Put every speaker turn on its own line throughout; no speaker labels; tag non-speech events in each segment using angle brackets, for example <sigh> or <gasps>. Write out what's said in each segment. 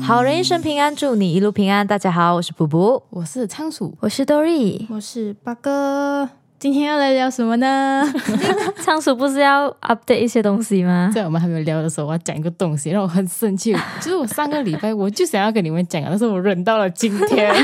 好人一生平安，祝你一路平安。大家好，我是卜卜，
我是仓鼠，
我是 <laughs> Dory。
我是八哥。今天要来聊什么呢？
仓鼠不是要 update 一些东西 <laughs> 吗？
<laughs> 在我们还没有聊的时候，我要讲一个东西，让我很生 <laughs> 气。就是我上个礼拜我就想要跟你们讲啊，但是我忍到了今天。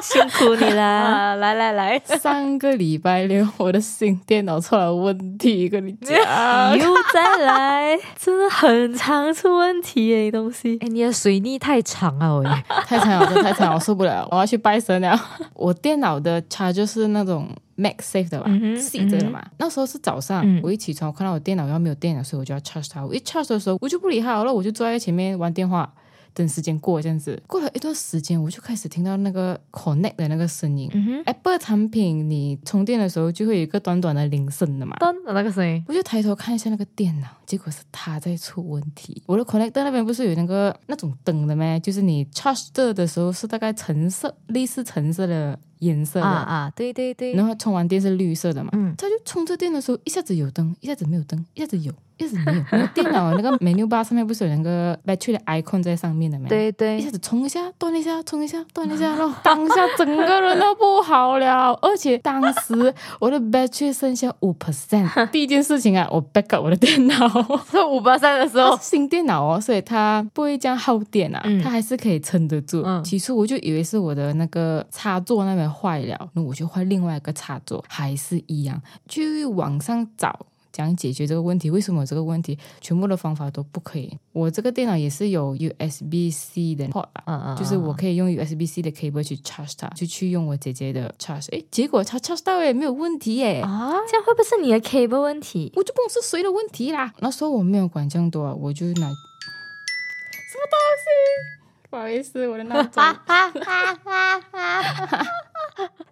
辛苦你啦！啊来来来，
上个礼拜六，我的新电脑出了问题，跟你讲。
<laughs> 又再来，真的很常出问题耶，东西。哎，你的水逆太长啊，喂，
太惨了，真的太惨了，我受不了，我要去拜神了。我电脑的 charger 是那种 MagSafe 的吧
嗯，哼嗯
细着的嘛。那时候是早上，我一起床，我看到我电脑要没有电了，所以我就要 charge 它。我一 charge 的时候，我就不理它了，然后我就坐在前面玩电话。等时间过这样子，过了一段时间，我就开始听到那个 connect 的那个声
嗯
音。Apple 产品你充电的时候就会有一个短短的铃声的嘛，
噔的那个声音，
我就抬头看一下那个电脑，结果是它在出问题。我的 connector 那边不是有那个那种灯的咩？就是你 charge 着的时候是大概橙色，类似橙色的颜色的。
啊啊，对对对，
然后充完电是绿色的嘛，
嗯
它就充着电的时候，一下子有灯，一下子没有灯，一下子有，一下子没有。然后电脑那个 menu bar 上面不是有那个 battery 的 icon 在上面的咩？
对
一
对 <laughs>
下，子冲一下，断一下，冲一下，断一下，然后当下整个人都不好了。而且当时我的 battery 剩下五 percent，第
<laughs>
一件事情啊，我 back up 我的电脑。
是五八三的时 <laughs>
它是，新电脑哦，所以它不会这样耗电啊，
嗯
它还是可以撑得住。
嗯
起初我就以为是我的那个插座那边坏了，那我就换另外一个插座，还是一样。去网上找怎样解决这个问题，为什么有这个问题，全部的方法都不可以。我这个电脑也是有 USB C 的 port 啊，
嗯嗯，
就是我可以用 USB C 的 cable 去 charge 它，就去用我姐姐的 charge。诶，结果它 charge 到也没有问题耶。
啊，这样会不会是你的 cable 问题？
我就不懂是谁的问题啦。那时候我没有管这样多啊，我就拿什么东西，不好意思，我的闹
<laughs>
钟。
啊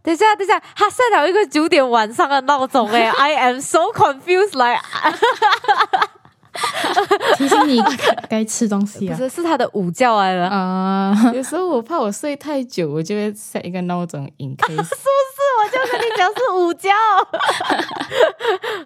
等一下，等一下，他 set 了一个九点晚上的闹钟 <laughs> 哎，I am so confused，来、
提
<laughs>
醒你该吃东西
不
啊。
是是他的午觉来了。
啊、
呃
有时候我怕我睡太久，我就会 set 一个闹钟 in case。
是， <laughs> 我就跟你讲是午觉。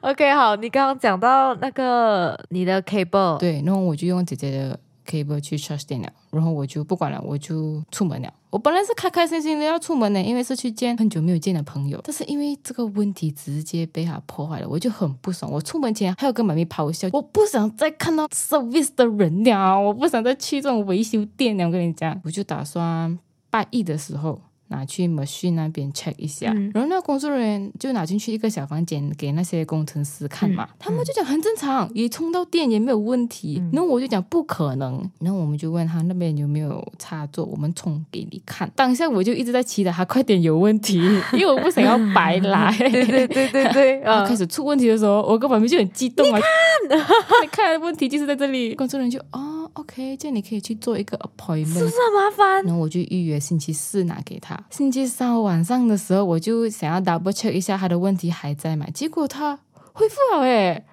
OK，好，你刚刚讲到那个你的 cable，
对，然后我就用姐姐的 cable 去 charge 电脑，然后我就不管了，我就出门了。我本来是开开心心的要出门呢，因为是去见很久没有见的朋友，但是因为这个问题直接被他破坏了，我就很不爽。我出门前还要跟妈咪咆哮，我不想再看到 service 的人了，我不想再去这种维修店了。我跟你讲，我就打算拜一的时候。拿去 machine 那边 check 一下，
嗯
然后那个工作人员就拿进去一个小房间给那些工程师看
嗯
嘛，他们就讲很正常，也充到电也没有问题。然后我就讲不可能，然后我们就问他那边有没有插座，我们充给你看。当下我就一直在期待他快点有问题， <laughs> 因为我不想要白来。
<laughs> 对对对对 <laughs> 对，
然后
啊
开，始出问题的时候，我跟妈咪就很激动啊！
<laughs>
你看，问题就是在这里。工作人员就哦，OK，这样你可以去做一个 appointment，
是不是很麻烦？
然后我就预约星期四拿给他。星期三晚上的时候，我就想要 double check 一下他的问题还在吗？结果他恢复了诶，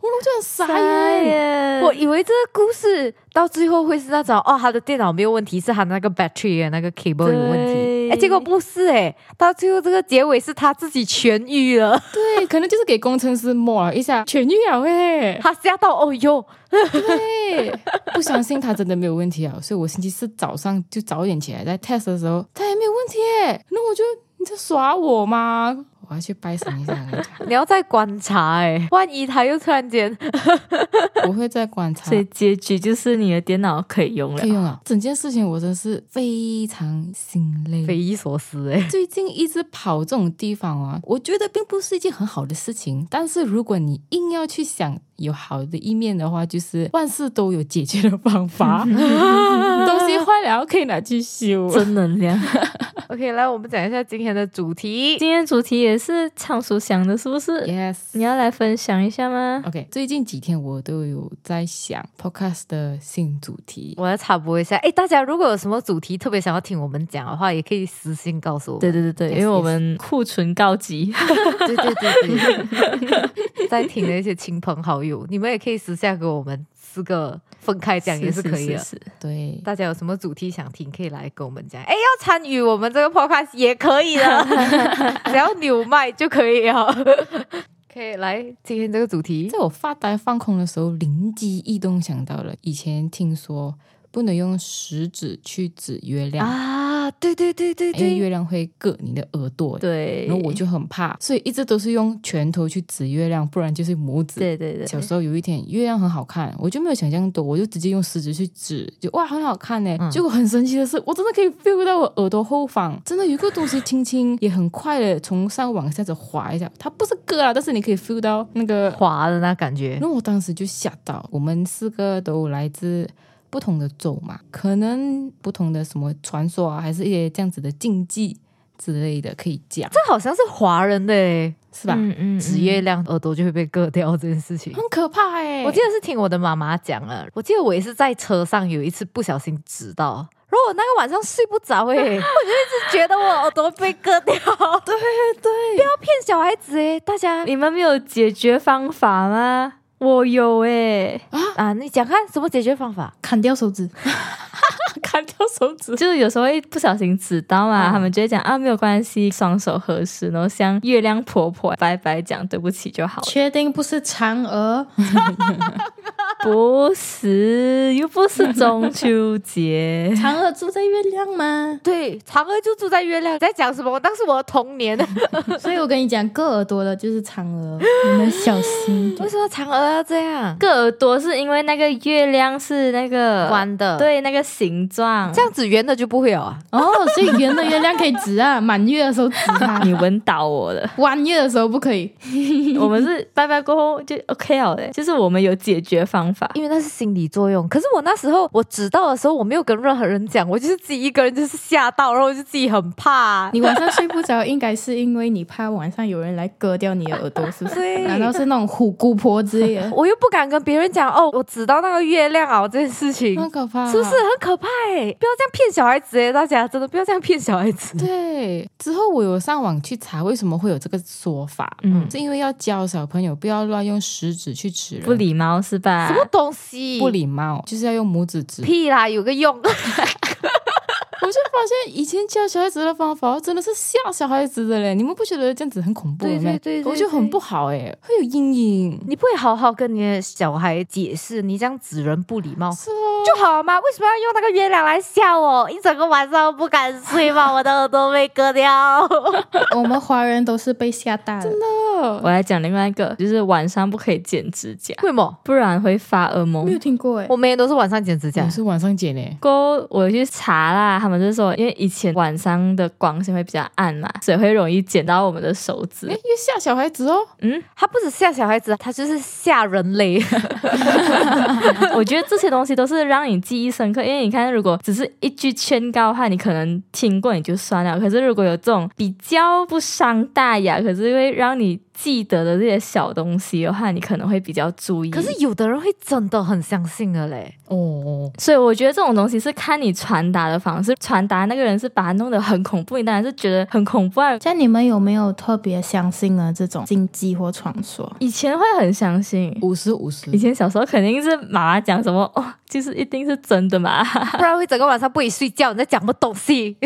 我就很傻
哎
耶。
呀，我以为这个故事到最后会是那种哦，他的电脑没有问题，是他那个 battery 的那个 cable 有问题，
对
哎，结果不是哎，到最后这个结尾是他自己痊愈了， <laughs>
对，可能就是给工程师抹了一下，痊愈了诶。
他吓到哦哟，
对，不相信他真的没有问题啊，所以我星期四早上就早点起来，在 test 的时候他也没有问题耶。那我就你在耍我吗？我要去拜神一下，我跟你讲
你要再观察 <laughs> 哎，万一他又突然间，
<laughs> 我会再观察。
所以结局就是你的电脑可以用了
可以。用啊！整件事情我真是非常心累，
匪夷所思哎，
<laughs> 最近一直跑这种地方啊，我觉得并不是一件很好的事情。但是如果你硬要去想有好的一面的话，就是万事都有解决的
<laughs>
方法， <laughs> 东西坏了可以拿去修。
正能量。
OK，来我们讲一下今天的主题。
<laughs> 今天主题也是仓鼠想的，是不是
Yes。
你要来分享一下吗？
OK，最近几天我都有在想 podcast 的新主题。
我要插播一下，哎，大家如果有什么主题特别想要听我们讲的话，也可以私信告诉我们。
对对对对，
Yes,
因为我们库存告急，
对对对对，在听的一些亲朋好友，你们也可以私下给我们四个分开讲 <laughs> 也是可以的。
<laughs> 是啊是
<laughs> 对，
大家有什么主题想听，可以来跟我们讲。哎，要参与我们这个 podcast 也可以 <laughs> 的，只要扭麦就可以了。可以来，今天这个主题
在我发呆放空的时候，灵机一动想到了以前听说不能用食指去指月亮，
啊，对对对对
因为
对，
月亮会硌你的耳朵。，
对，
然后我就很怕，所以一直都是用拳头去指月亮，不然就是拇指。
对对对，
小时候有一天月亮很好看，我就没有想象多，我就直接用食指去指，就哇很好看呢、
嗯
结果很神奇的是，我真的可以 feel 到我耳朵后方真的有一个东西轻轻也很快的从上往下子滑一下，它不是割啊，但是你可以 feel 到那个。
滑的那感觉
然，后我当时就吓到，我们四个都来自。不同的州嘛，可能不同的什么传说啊，还是一些这样子的禁忌之类的可以讲，
这好像是华人的诶，
是吧？
嗯嗯，
指月亮耳朵就会被割掉这件事情。
很可怕哎、
我记得是听我的妈妈讲了，我记得我也是在车上有一次不小心指到，然后我那个晚上睡不着 <laughs> 诶，我就一直觉得我耳朵被割掉。 <laughs> 对对，不要骗小孩子诶，大家
嗯你们没有解决方法吗？我有欸诶、
<laughs> 啊，你讲看什么解决方法？
砍掉手指，
砍掉手指，
就是有时候会不小心指到嘛，
嗯
他们就会讲啊没有关系，双手合十，然后向月亮婆婆拜拜，讲对不起就好了。 <laughs>
确定不是嫦 <laughs> 娥？。
不是，又不是中秋节
嫦娥住在月亮吗？ <laughs>
对，嫦娥就住在月亮，在讲什么？我当时我的童 <laughs> 年，为
所以我跟你讲，割耳朵的就是嫦娥，你们小心一点。
什么嫦娥要这样？
<laughs> 个耳朵是因为那个月亮是那个
弯的
对那个形状。
这样子圆的就不会有啊？
哦，所以圆的月亮可以指啊， <laughs> 满月的时候指它，，
你闻倒我了
<laughs>
弯月的时候不可以。
我们是拜拜过后就 OK 了嘞，就是我们有解决方法。
因为那是心理作用。可是我那时候我指到的时候，我没有跟任何人讲，我就是自己一个人，就是吓到，然后我就自己很怕。
你晚上睡不着，应该是因为你怕晚上有人来割掉你的耳朵，是不是？
对
难道是那种虎姑婆之类 <laughs> 的？
我又不敢跟别人讲哦，我指到那个月亮啊，这件事情
<laughs> 很可怕，
是不是很可怕、欸？不要这样骗小孩子哎、大家真的不要这样骗小孩子。
对，之后我有上网去查为什么会有这个说法，
嗯
是因为要教小朋友不要乱用食指去指人，
不礼貌是吧？
什么东西？
不礼貌，就是要用拇指指。
屁啦，有个用。
我就发现以前教小孩子的方法真的是吓小孩子的嘞，你们不觉得这样子很恐怖
对
吗？
对对对
我觉得很不好哎，会有阴影。
你不会好好跟你的小孩解释，你这样指人不礼貌。
是哦，
就好吗？为什么要用那个月亮来吓我？一整个晚上不敢睡吧，我的耳朵被割 <laughs> 掉。
我们华人都是被吓大的。
我来讲另外一个，就是晚上不可以剪指甲，
为什么？
不然会发噩
没有
梦。
听过哎、
我每天都是晚上剪指甲
我。是晚上欸剪嘞，
过后我去查啦，他们就说，因为以前晚上的光线会比较暗嘛，所以会容易剪到我们的手指
哎，。又吓小孩子哦。
<laughs>
嗯，
他不止吓小孩子，他就是吓人类。
我觉得这些东西都是让你记忆深刻，因为你看，如果只是一句劝告的话，你可能听过也就算了。可是如果有这种比较不伤大雅，可是会让你记得的这些小东西的话，你可能会比较注意。
可是有的人会真的很相信的 <laughs> 嘞。
哦，
所以我觉得这种东西是看你传达的方式，传达那个人是把它弄得很恐怖，你当然是觉得很恐怖啊。
像你们有没有特别相信的这种禁忌或传说？
以前会很相信，
五十五十
<laughs>
以，前小时候肯定是妈妈讲什么哦，就是一定是真的嘛。 <laughs>
不然会整个晚上不许睡觉，你在讲什么东 <laughs> 西？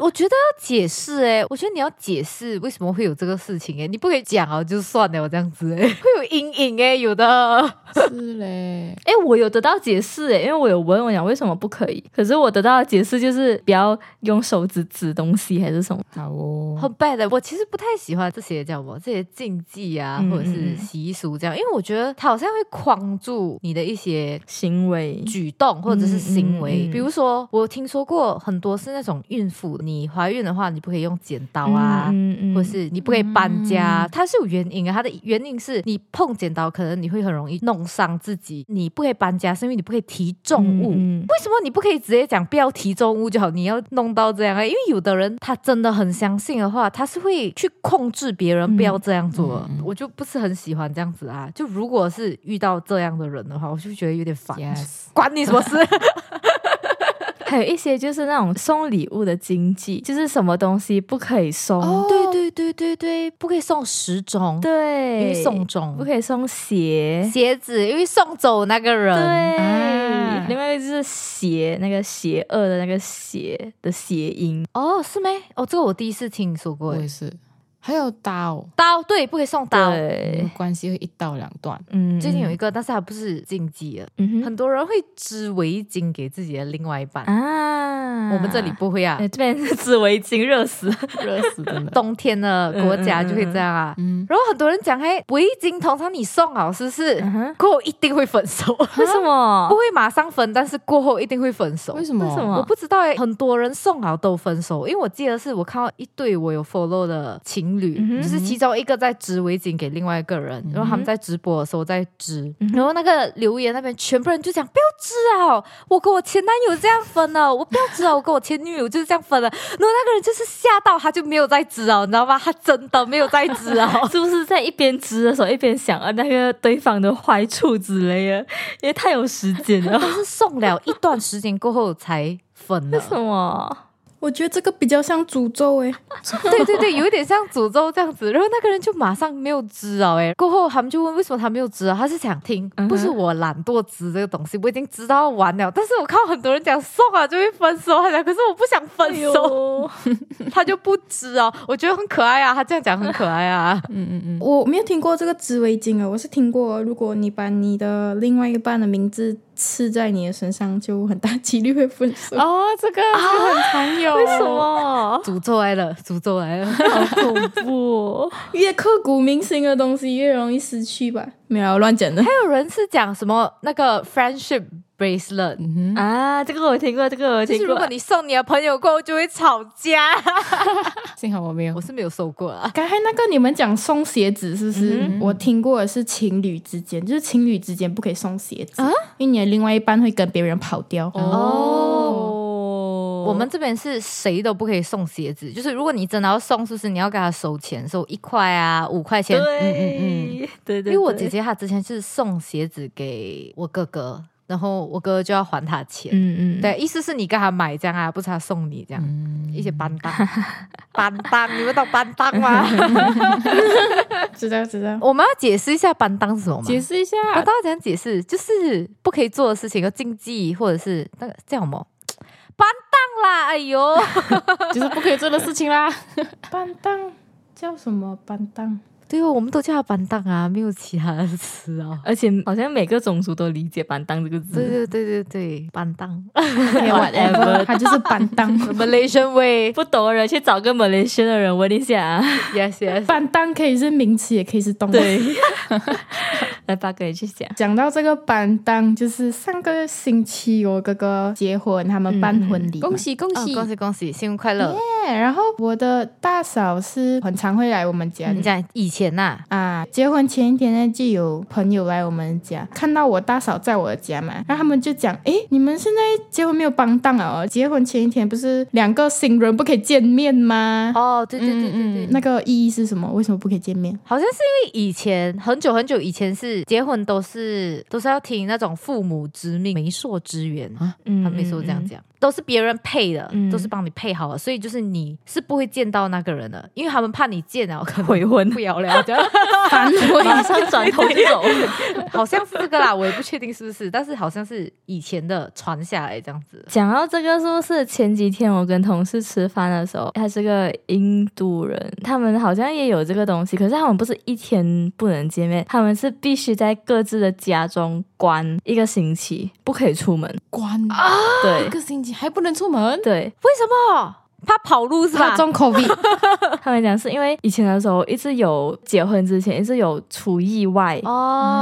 我觉得要解释哎、我觉得你要解释为什么会有这个事情哎、你不可以讲哦，就算了，我这样子哎、会有阴影哎、有的。
是嘞，
诶，我有得到解释诶，因为我有问我讲为什么不可以，可是我得到的解释就是不要用手指指东西还是什么。
好哦，
很 bad 的。我其实不太喜欢这些叫什么这些禁忌啊，
嗯
或者是习俗这样，因为我觉得它好像会框住你的一些。
行为
举动或者是行为，
嗯嗯嗯
比如说，我听说过很多是那种孕妇，你怀孕的话，你不可以用剪刀啊，
嗯嗯
或是你不可以搬家，它是有原因啊。它的原因是你碰剪刀，可能你会很容易弄伤自己。你不可以搬家，是因为你不可以提重物。
嗯嗯
为什么你不可以直接讲不要提重物就好？你要弄到这样啊？因为有的人他真的很相信的话，他是会去控制别人不要这样做
嗯
的。我就不是很喜欢这样子啊。就如果是遇到这样的人的话，我就觉得有点烦。
，yes，
管你什
<laughs>
么事？
还有一些就是那种送礼物的经济，就是什么东西不可以送，
对对对对对，不可以送时钟，因
对，
为送钟
不可以送鞋，
鞋子，因为送走那个人。
对，
啊
另外一个就是邪，那个邪恶的那个邪的谐音，
哦，是没？哦，这个我第一次听说过
我
诶。
也是。还有刀，
刀对，不可以送刀。
你
对
们，关系会一刀两断。
嗯，
最近有一个，但是它不是禁忌的，
嗯哼
很多人会织围巾给自己的另外一半。
啊，
我们这里不会啊
哎，，这边是织围巾，热死了，
热死真
<laughs>
的。
冬天的国家就会这样啊。
嗯，
然后很多人讲，哎，围巾通常你送好是不是？
嗯哼
过后一定会分手，
<laughs> 为什么
<laughs> 不？会马上分，但是过后一定会分手
为。什么？
为什么
我不知道哎，很多人送好都分手，因为我记得是我看到一对我有 follow 的情侣，
嗯哼嗯
就是其中一个在织围巾给另外一个人，然后他们在直播的时候在织，然后那个留言那边全部人就讲不要织啊，我跟我前男友这样分了，我不要织啊，我跟我前女友就是这样分了，啊然后那个人就是吓到他就没有再织啊，你知道吗？他真的没有再织啊。
<laughs> 是不是在一边织的时候一边想啊那个对方的坏处之类的？因为太有时间
<laughs>
了。
但是送了一段时间过后才分
为
了，
什么？
我觉得这个比较像诅咒哎、
对对对，有一点像诅咒这样子。然后那个人就马上没有织啊，哎，过后他们就问为什么他没有织啊？他是想听，不是我懒惰织这个东西，我已经知道完了。但是我看到很多人讲送啊就会分手，他讲可是我不想分
<laughs>
手，他就不织啊。我觉得很可爱啊，他这样讲很可爱啊。
我没有听过这个织围巾啊，我是听过，如果你把你的另外一半的名字刺在你的身上，就很大几率会分手。
哦，这个
啊
这个很常有。
为
<laughs>
什？么？
诅咒来了，诅咒 <laughs> 来了。
好恐 <laughs> 怖、哦！
越刻骨铭心的东西越容易失去吧？没有啊乱讲的。
还有人是讲什么那个 friendship bracelet，、
啊，这个我听过，这个我
嗯就
听
是
过。
如果你送你的朋友过后就会吵架。
幸好我没有
我。是没有收过啊。
<laughs> 刚才那个你们讲送鞋子是不是？
嗯
我听过的是情侣之间，就是情侣之间不可以送鞋子，
啊
因为你的另外一半会跟别人跑掉。
哦
我们这边是谁都不可以送鞋子，就是如果你真的要送，是不是你要给他收钱，收一块啊，五块钱
对，？嗯嗯对对，
因为我姐姐她之前是送鞋子给我哥哥，然后我哥哥就要还她钱。
嗯嗯，
对，意思是你给他买这样啊，不是他送你这样，一些班当，班当，你们懂班当吗？
知道知道，
<laughs> 我们要解释一下班当是什么吗？
解释一
<laughs>
下，
我到底怎样解释？就是不可以做的事情，有禁忌或者是那个叫什么班当啦，哎呦。
就是不可以做的事情啦。
<laughs> 班当叫什么班当？
<laughs>
对哦，我们都叫他板凳啊，没有其他的词啊。
而且好像每个种族都理解“板当”这个
对对
字，
对对对，板凳
Okay, whatever，他 <laughs> 就是板当。
，Malaysian way，yes
不懂的人去找个马来西亚的人问一下、啊。
yes，
<laughs> 板当可以是名词，也可以是动词。
对，来八哥也去讲。
讲到这个板当，就是上个星期我哥哥结婚，他们办婚礼嘛、
喜恭
哦恭喜恭喜，新年快乐！
对然后我的大嫂是很常会来我们家
你
里。
讲以前呐，
啊，结婚前一天呢，就有朋友来我们家，看到我大嫂在我的家嘛，然后他们就讲，诶，你们现在结婚没有帮当啊、哦？结婚前一天不是两个新人不可以见面吗？
哦，对对对对对，
那个意义是什么？为什么不可以见面？
好像是因为以前很久很久以前是结婚都是都是要听那种父母之命、媒妁之言啊，
嗯
他们说这样讲，都是别人配的，
嗯
都是帮你配好的，所以就是你是不会见到那个人的，因为他们怕你见了可能
悔婚，
不要了，
<laughs>
这样。
反悔。
马上转头就走。
<laughs> 好像是这个啦，我也不确定是不是，但是好像是以前的传下来这样子。
讲到这个，是不是前几天我跟同事吃饭的时候，他是个印度人，他们好像也有这个东西，可是他们不是一天不能见面，他们是必须在各自的家中关一个星期，不可以出 <gasps> 门。
关
对
一个星期还不能出门，。
对，
为什么？怕跑路是吧
他？中 COVID，
他们讲是因为以前的时候一直有结婚之前一直有出意外。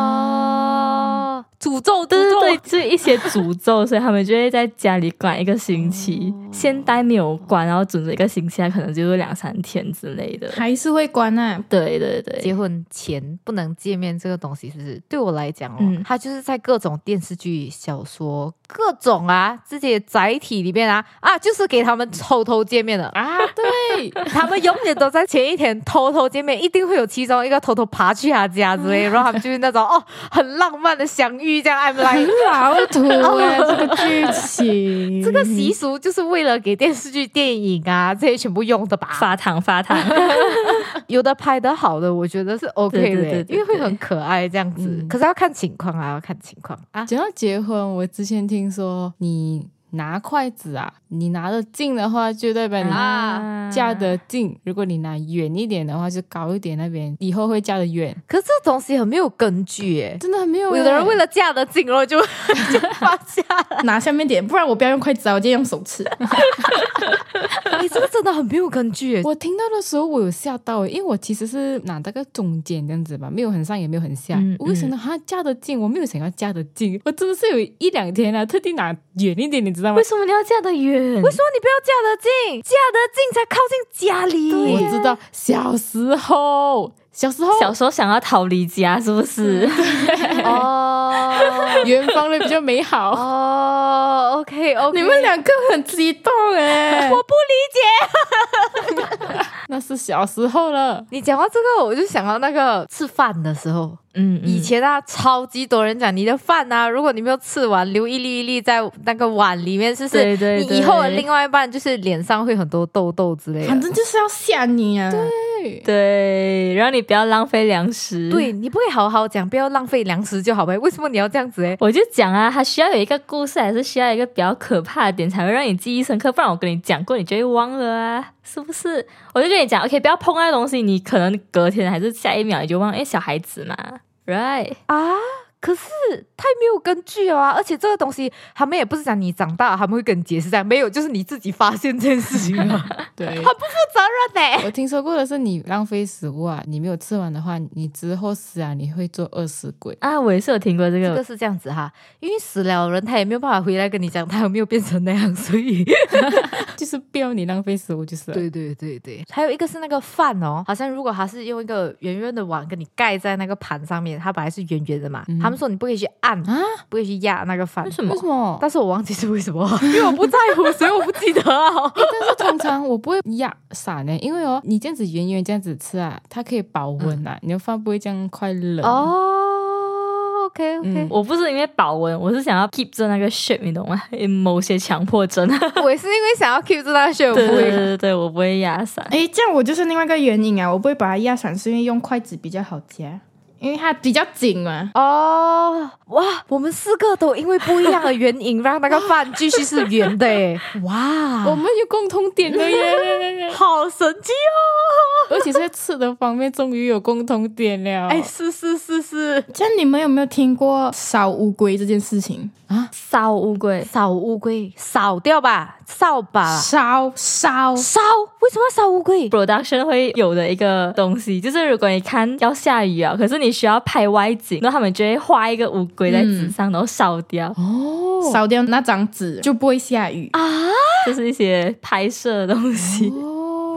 哦，诅咒，诅
对
咒，
对对，就是一些诅咒，所以他们就会在家里关一个星期。
哦
现代没有关，然后准备一个星期，它可能就是两三天之类的。
还是会关啊。
对对对，
结婚前不能见面这个东西，是不是对我来讲哦，
嗯
它就是在各种电视剧、小说、各种啊这些载体里面啊啊，就是给他们偷偷见面的
啊，对，
<laughs> 他们永远都在前一天偷偷见面，一定会有其中一个偷偷爬去他家之类，然后他们就是那种哦，很浪漫的相遇，这样 I'm
<laughs>
like
老土
<laughs>
哎、这个剧情，
这个习俗就是为了给电视剧、电影啊这些全部用的吧？
发糖
<laughs>
发糖，
有的拍得好的，我觉得是 OK 的，欸
对对对对
因为会很可爱这样子。
嗯
可是要看情况啊，要看情况啊。
讲到结婚，我之前听说你拿筷子啊，你拿得近的话，就代
嗯
表你
啊
架得近；如果你拿远一点的话，就高一点，那边以后会架得远。
可是这东西很没有根据诶、
真的很没有欸，
有的人为了嫁得近，然后就 <laughs> 就放下了。
拿下面点，不然我不要用筷子啊，我今天用手吃。
哎、这个真的很没有根据、欸。
我听到的时候，我有吓到诶，因为我其实是拿大概中间这样子吧，没有很上也没有很下。
嗯
我为什么哈架得近？我没有想要架得近，我真的是有一两天啊，特地拿远一点，你知道吗
为？什么你要嫁得远？
为什么你不要嫁得近？嫁得近才靠近家里。
我知道小时候，小时候
小时候想要逃离家，是不是？
<laughs> 哦
远方的比较美 <laughs> 好。
哦，OK OK，
你们两个很激动哎、
我不理解。
那是小时候了。
你讲到这个，我就想到那个吃饭的时候，
嗯，嗯
以前啊，超级多人讲你的饭啊，如果你没有吃完，留一粒一粒在那个碗里面，就是
对对
你以
对
后的另外一半就是脸上会很多痘痘之类
反
的。
正就是要吓你啊！对，
对，让你不要浪费粮食。
对，你不会好好讲，不要浪费粮食就好呗？为什么你要这样子欸诶？
我就讲啊，它需要有一个故事，还是需要有一个比较可怕的点才会让你记忆深刻，不然我跟你讲过，你就会忘了啊，是不是？我就跟你讲，OK，不要碰那东西，你可能隔天还是下一秒你就忘，因为小孩子嘛，right？
啊，可是太没有根据了啊！而且这个东西，他们也不是讲你长大了他们会跟你解释这样，没有，就是你自己发现这件事情啊，
对，
负责任呢、
我听说过的是，你浪费食物啊，你没有吃完的话，你之后死啊，你会做饿死鬼。
啊，我也是有听过
<laughs> 这
这个，
个是这样子哈，因为死了人他也没有办法回来跟你讲他有没有变成那样，所以
就是不要你浪费食物，就是了
对对对对，还有一个是那个饭哦，好像如果他是用一个圆圆的碗跟你盖在那个盘上面，它本来是圆圆的嘛，他们说你不可以去按，
啊？
不可以去压那个饭
为。什么
为？
<laughs>
什么？
但是我忘记是为什么， <laughs> 因为我不在乎，所以我不记得啊。
哎但是通常我不会压散呢，因为哦，你这样子圆圆这样子吃啊，它可以保温啊，你的饭不会这样快
<laughs>
冷。啊
哦，OK OK，、
我不是因为保温，我是想要 keep 着那个 shape，你懂吗？某些强迫症。
我也是因为想要 keep 住那个学
<laughs> 对对
位。
对对，我不会压伞。
哎，这样我就是另外一个原因啊，我不会把它压散，是因为用筷子比较好夹，因为它比较紧嘛。
哦，哇！我们四个都因为不一样的原因，让那个饭继续是圆的诶，哇！
<laughs> 我们有共同点的 <laughs> 耶，
好神奇哦！
<laughs> 而且在吃的方面终于有共同点了。
哎，是是是是，
这样你们有没有听过烧乌龟这件事情？
烧乌龟，
扫乌龟，扫掉吧，扫
啊
把，
烧烧
烧，为什么要烧乌龟？
production 会有的一个东西，就是如果你看要下雨啊，可是你需要拍外景，然后他们就会画一个乌龟在纸上，然后烧掉，
哦，啊
烧掉那张纸就不会下雨。
就是一些拍摄的东
哦
西，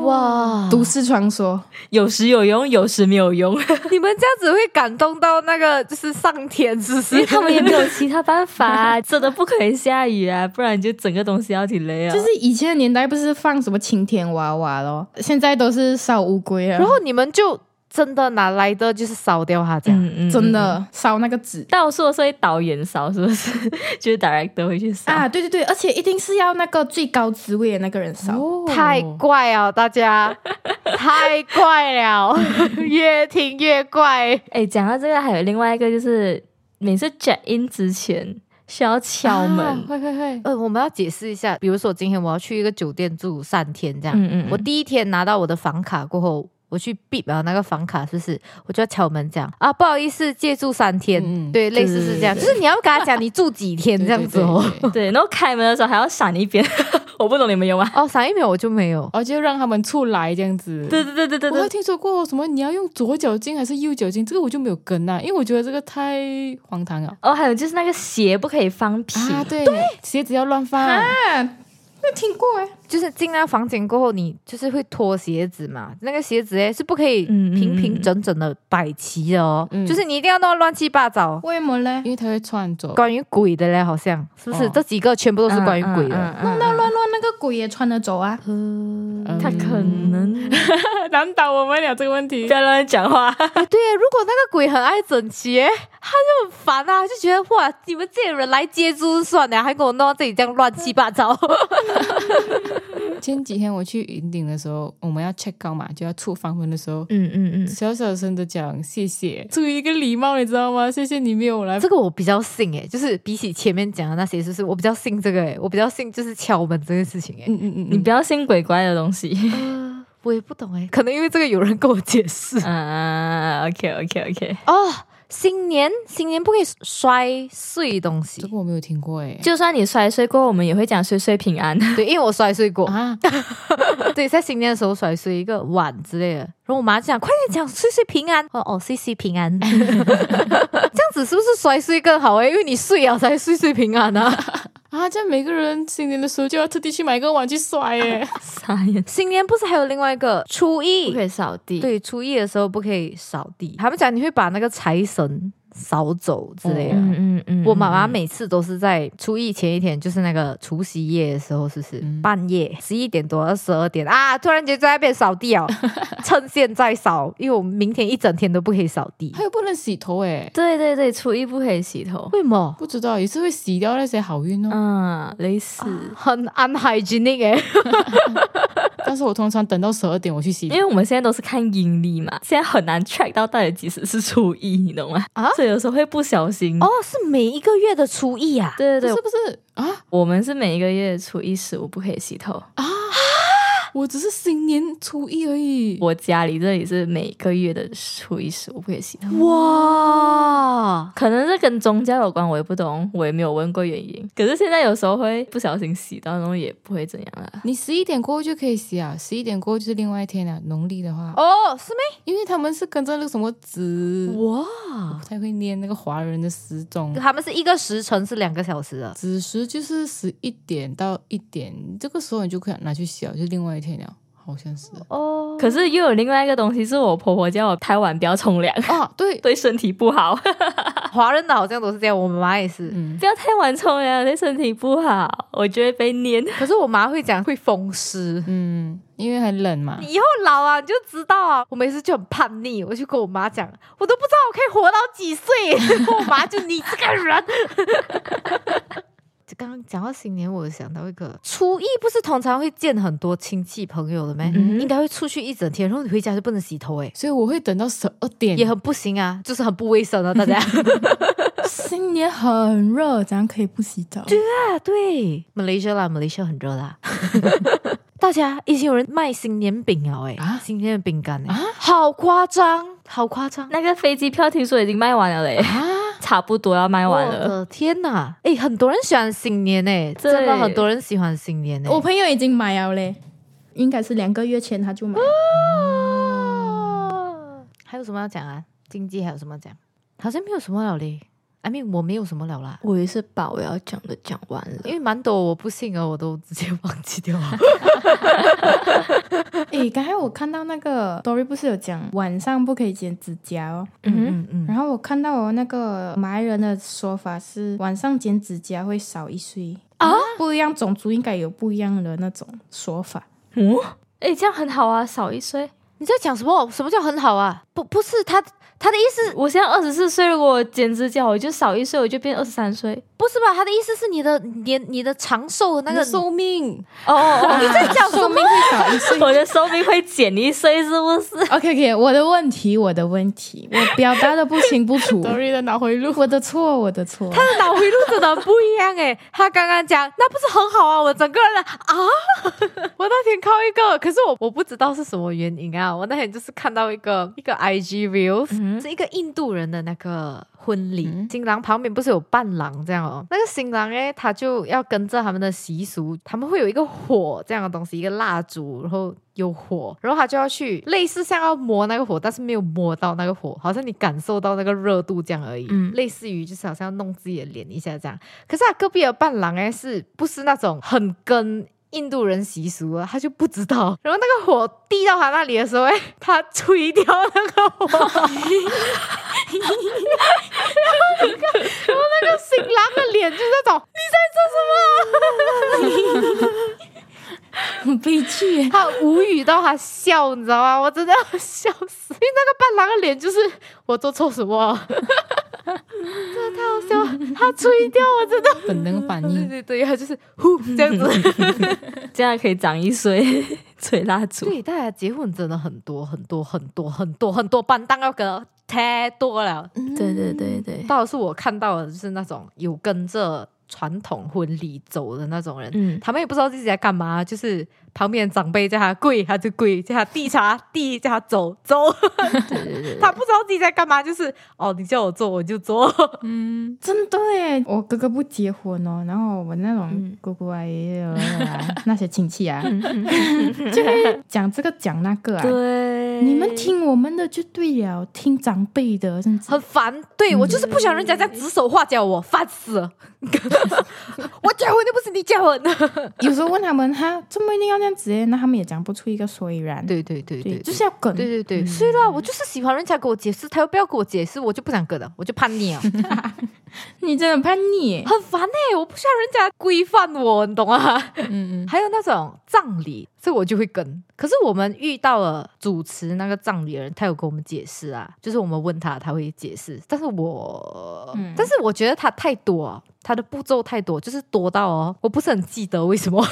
哇，
都市传说，
有时有用，有时没有
<laughs>
用，
你们这样子会感动到那个就是上天，是不
因为
是？
他们也没有其他办法、真的不可以下雨啊，不然就整个东西要挺雷啊。
就是以前的年代不是放什么晴天娃娃咯，现在都是烧乌龟啊了。
然后你们就真的拿来的就是烧掉它这样。
嗯嗯，嗯。
真的烧那个纸
但我说的是会导演烧，是不是？ <laughs> 就是 director 会去烧。
啊，对对对，而且一定是要那个最高职位的那个人烧。
哦
太怪了，大 <laughs> 家太怪了， <laughs> 越听越怪。
哎，讲到这个，还有另外一个就是，每次 check in 之前需要敲门。
啊会会会，
呃，我们要解释一下，比如说今天我要去一个酒店住三天这样，
嗯嗯嗯
我第一天拿到我的房卡过后，我去 b 了那个房卡，是不是？我就要敲门讲啊，不好意思，借住三天，
嗯嗯
对，类似是这样，就是你要跟他讲你住几
<laughs>
天这样子哦。
对对对对
对，然后开门的时候还要闪一边， <laughs> 我不懂你们有吗？
哦，闪一秒我就没有。
<laughs> 哦，就让他们出来这样子。
<laughs> 对对对对对
我还
对，
哦听说过什么你要用左脚进还是右脚进，这个我就没有跟啊啦、因为我觉得这个太荒唐了。
哦，还有就是那个鞋不可以放屁，
啊，对，鞋子要乱放，
啊，没听过哎、
就是进到房间过后，你就是会脱鞋子嘛？那个鞋子诶是不可以
嗯嗯嗯
平平整整的摆齐的哦，就是你一定要弄得乱七八糟。
为什么嘞？
因为它会窜走。
关于鬼的嘞，好像是不是、
哦
这几个全部都是关于鬼的？
嗯嗯嗯
弄到乱乱，那个鬼也穿得走啊！
嗯
他可能 <laughs>
难倒我们俩这个问题
不。要乱讲话，
哎对耶，如果那个鬼很爱整齐耶，他就很烦啊，就觉得哇，你们这些人来接租算了，还给我弄到这里这样乱七八糟。
前几天我去云顶的时候，我们要 check out 嘛，就要出房门的时候，
嗯嗯嗯，
小小声的讲谢谢，出于一个礼貌，你知道吗？谢谢你没有
<laughs>
来
这个我比较信诶、就是比起前面讲的那些，就是我比较信这个诶、我比较信就是敲门这件事情诶、
嗯嗯嗯，
你不要信鬼怪的东西。 <laughs>
呃我也不懂诶、可能因为这个有人跟我解释
啊，OK OK OK，
哦。新年新年不可以摔碎东西
这，个我没有听过哎，
嗯就算你摔碎过后，我们也会讲岁岁平安。
对，因为我摔碎过。
<laughs> 啊，
<laughs> 对，在新年的时候甩碎一个碗之类的，然后我妈就讲：“快点讲，岁岁平安。”哦哦，岁岁平安。 <laughs> 这样子是不是摔碎更好诶、因为你碎了才岁岁平安啊。
啊，这样每个人新年的时候就要特地去买个碗去摔耶。
傻眼，
新年不是还有另外一个初
不
一
可？以扫地。，
对，初一的时候不可以扫地。他们讲你会把那个财神扫走之类的。
嗯嗯嗯，
我妈妈每次都是在初一前一天，就是那个除夕夜的时候，是不是、半夜十一点多到十二点啊？突然间在那边扫地 <laughs> 哦，趁现在扫，因为我明天一整天都不可以扫地
<laughs> 还。有不能洗头哎，
对对对，初一不可以洗头。
为什么？
不知道也是会洗掉那些好运哦。
嗯，类似，
很 unhygienic 哎、
但是我通常等到十二点我去洗
因，为我们现在都是看阴历嘛，现在很难 track 到到底几时是初一，你懂吗？
啊
所以有时候会不小
<laughs>
心。
哦，是每一个月的初一啊。
对
不
对
是
对，
不是啊？
我们是每一个月初一十五不可以洗头。
啊
我只是新年初一而已。
我家里这里是每个月的初一十五不可以洗头，
哇，
可能是跟宗教有关，我也不懂，我也没有问过原因。可是现在有时候会不小心洗到，然后也不会怎样啦。
你十一点过后就可以洗啊，十一点过后就是另外一天了、农历的话，
哦，是没
因为他们是跟着那个什么子，
哇
我，不太会念那个华人的时钟。
他们是一个时辰是两个小时的。
子时就是十一点到一点，这个时候你就可以拿去洗了，就另外一天了，好像是。
哦，
可是又有另外一个东西，是我婆婆叫我太晚不要冲凉， <laughs>
啊，对，
对身体不好，
华人的好像都是这样，我妈也是。
嗯，
不要太晚冲凉，对身体不好，我觉得被黏。
可是我妈会讲会风湿。
嗯，因为很冷嘛
你，以后老啊，你就知道啊。我每次就很叛逆，我就跟我妈讲，我都不知道我可以活到几岁。 <laughs> 我妈就你这个人。 <laughs> 就刚刚讲到新年，我有想到一个初一，不是通常会见很多亲戚朋友的咩？
嗯
应该会出去一整天，然后你回家就不能洗头、欸，
所以我会等到十二点。
也很不行啊，就是很不卫生啊，大 <laughs> 家。
新年很热，怎样可以不洗澡？
啊，对，马来西亚啦，马来西亚很热 <laughs> 啦。大家已经有人卖新年饼了哎、
啊
新年的饼干哎、
啊
好夸张，好夸张。
那个飞机票听说已经卖完了嘞， <laughs> 差不多要卖完
我
了。
的天呐！哎，很多人喜欢新年哎，
对
真的很多人喜欢新年哎。
我朋友已经买了嘞，应该是两个月前他就买 <laughs> 了。
还有什么要讲啊？经济还有什么要讲？好像没有什么了嘞。I mean，我没有什么了啦，
我也是把我要讲的讲完了
因为蛮多我不信啊，我都直接忘记掉了。
诶，刚才我看到那个 Dory 不是有讲晚上不可以剪指甲哦，
嗯嗯嗯，
然后我看到我那个马来人的说法是晚上剪指甲会少一岁啊，不一样种族应该有不一样的那种说法。
哦，哎，这样很好啊，少一岁。
你在讲什么？什么叫很好啊？不不是他他的意思
我现在二十四岁，如果我剪指甲，我就少一岁，我就变二十三岁。
不是吧？他的意思是你的年你的长寿的那
那
个
个寿命，，
哦哦 <laughs>
你在讲什
寿
么？
命会少一岁。
哦，我的寿命会减一岁，是不 <laughs> 是？
OK OK，我的问题，我的问题，我表达的不清不楚
Dory <laughs> 的脑回路，
我的错，我的错。
他的脑回路真的不一样哎、他刚刚讲那不是很好啊，我整个人啊， <laughs> 我那天靠一个，可是我我不知道是什么原因啊，我那天就是看到一个一个 IG reels，、是一个印度人的那个。婚礼，新郎旁边不是有伴郎这样哦？那个新郎哎，他就要跟着他们的习俗，他们会有一个火这样的东西，一个蜡烛，然后有火，然后他就要去类似像要摸那个火，但是没有摸到那个火，好像你感受到那个热度这样而已，
嗯
类似于就是好像要弄自己的脸一下这样。可是他隔壁的伴郎哎，是不是那种很跟？印度人习俗啊，他就不知道。然后那个火递到他那里的时候，哎，他吹掉那个火，然后那个，然后那个新郎的脸就是那种你在做什么？
很悲剧耶。
他无语到他笑，你知道吗？我真的要笑死，因为那个伴郎的脸就是我做错什么，太好笑了，他吹掉我真的。
本能嗯
<laughs>
反
对
应。
对对，他就是呼这样子。
这样可以长一岁， <laughs> 吹蜡烛。
对，大家结婚真的很多很多很多很多很多班当要个太多了。
对对对对，
倒是我看到的就是那种有跟着传统婚礼走的那种人，
嗯，
他们也不知道自己在干嘛，就是旁边的长辈叫他跪，他就跪；叫他递茶递，叫他走走。他不知道自己在干嘛，就是哦，你叫我做我就做。
嗯，
真的耶！我哥哥不结婚哦，然后我那
嗯
种姑姑阿姨啊、那些亲戚啊，
嗯
<laughs> 就会讲这个讲那个啊。
对，
你们听我们的就对了，听长辈的这样子。
很烦。对我就是不想人家这样指手画脚我，烦死了。我结婚又不是你结婚。
有时候问他们哈，怎么一定要这样子耶？那他们也讲不出一个所以然。
对对对
对，就是要梗。
对对对，所以啦，我就是喜欢人家给我解释，他又不要给我解释，我就不想跟了，我就叛逆啊，很
你真的很叛 <laughs> 逆。
烦哎、我不需要人家规范我，你懂啊？嗯嗯。还有那种葬礼，这我就会跟。可是我们遇到了主持那个葬礼的人，他有跟我们解释啊，就是我们问他，他会解释。但是我，
嗯
但是我觉得他太多、啊，他的步骤太多，就是多到哦，我不是很记得为什么。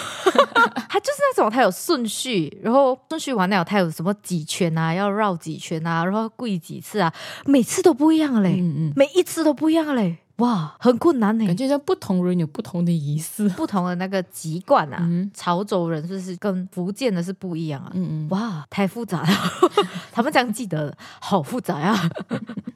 他就是那种他有顺序，然后顺序完了，他有什么几圈啊，要绕几圈啊，然后跪几次啊，每次都不一样嘞，
嗯嗯嗯
每一次都不一样嘞，哇，很困难欸
感
嘞。
觉像不同人有不同的仪式。
不同的那个籍贯啊，
嗯
潮州人是不是跟福建的是不一样啊？
嗯嗯，
哇，太复杂了， <laughs> 他们这样记得好复杂呀、 <laughs>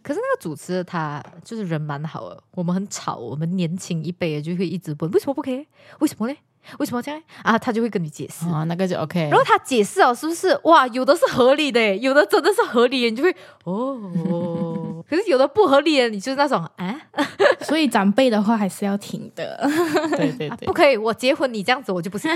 可是那个主持人他就是人蛮好的，我们很吵，我们年轻一辈的就会一直问为什么不可以，为什么嘞，为什么这样啊？他就会跟你解释。
啊，那个就 OK。
然后他解释 <laughs> 哦，是不是哇？有的是合理的，有的真的是合理的，你就会
<laughs>
哦。可是有的不合理的，你就是那种啊
所以长辈的话还是要听的。
对对
啊，
对
不，可以，我结婚你这样子我就
<laughs>
不行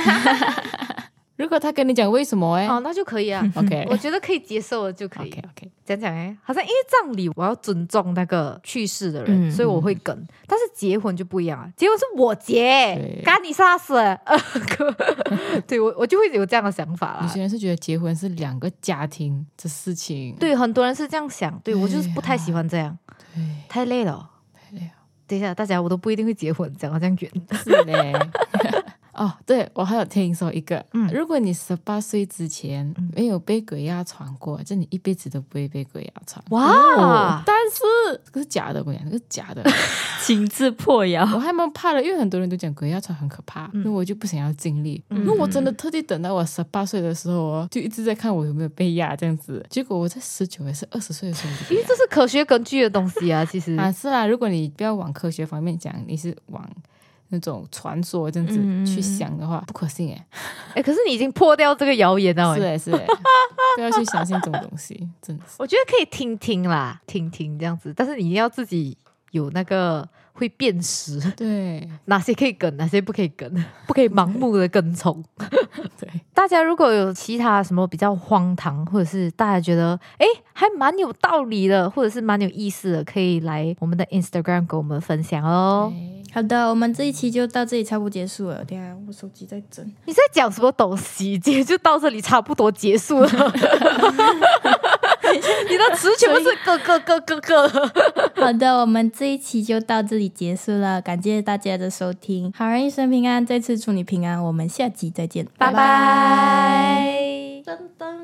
如果他跟你讲为什么哎
哦，那就可以啊。<laughs>
，OK
我觉得可以接受的就可以
OK OK，
讲讲哎，好像因为葬礼我要尊重那个去世的人，
嗯
所以我会跟。但是结婚就不一样啊，结婚是我结
对，
干你啥事？呃，可 <laughs> 对我我就会有这样的想法
有
啦
些。人是觉得结婚是两个家庭的事情。
对，很多人是这样想，对我就是
对
不太喜欢这样。
对，
太累了，太
累了。
等一下，大家我都不一定会结婚，讲到这样
<laughs>
远。
是嘞。哦，对我还有听说一个，
嗯
如果你十八岁之前
嗯
没有被鬼压床过，就你一辈子都不会被鬼压床。
哇，
但是这个是假的，我跟你讲，这个是假
<laughs>
的。
<laughs> 情字破谣，
我还蛮怕的，因为很多人都讲鬼压床很可怕，
嗯
那、我就不想要经历。因为我真的特地等到我十八岁的时候哦，就一直在看我有没有被压这样子。结果我在十九还是二十岁的时候我就被
因
压
<laughs>
为这是可学根据的东西啊，其实。
<laughs> 啊，是啦，如果你不要往科学方面讲，你是往那种传说这样子
嗯嗯嗯
去想的话，不可信哎、
哎，可是你已经破掉这个谣言了
是
欸，
哎、是哎、不要去相信这种东西，真的是。
我觉得可以听听啦，听听这样子，但是你要自己有那个会辨识。 <laughs>
对
哪些可以跟，哪些不可以跟，不可以盲目的跟从。
<laughs> 对，
<laughs> 大家如果有其他什么比较荒唐，或者是大家觉得哎还蛮有道理的，或者是蛮有意思的，可以来我们的 Instagram 给我们分享哦。
哎
<laughs> 好的，我们这一期就到这里，差不多结束了。等一下我手机在 <laughs> 震。
你在讲什么东西？今天就到这里差不多结束 <laughs> 了。你的词全部是咯咯咯咯咯。
好的，我们这一期就到这里结束了，感谢大家的收听，好人一生平安，再次祝你平安，我们下集再见，
拜拜。
噔噔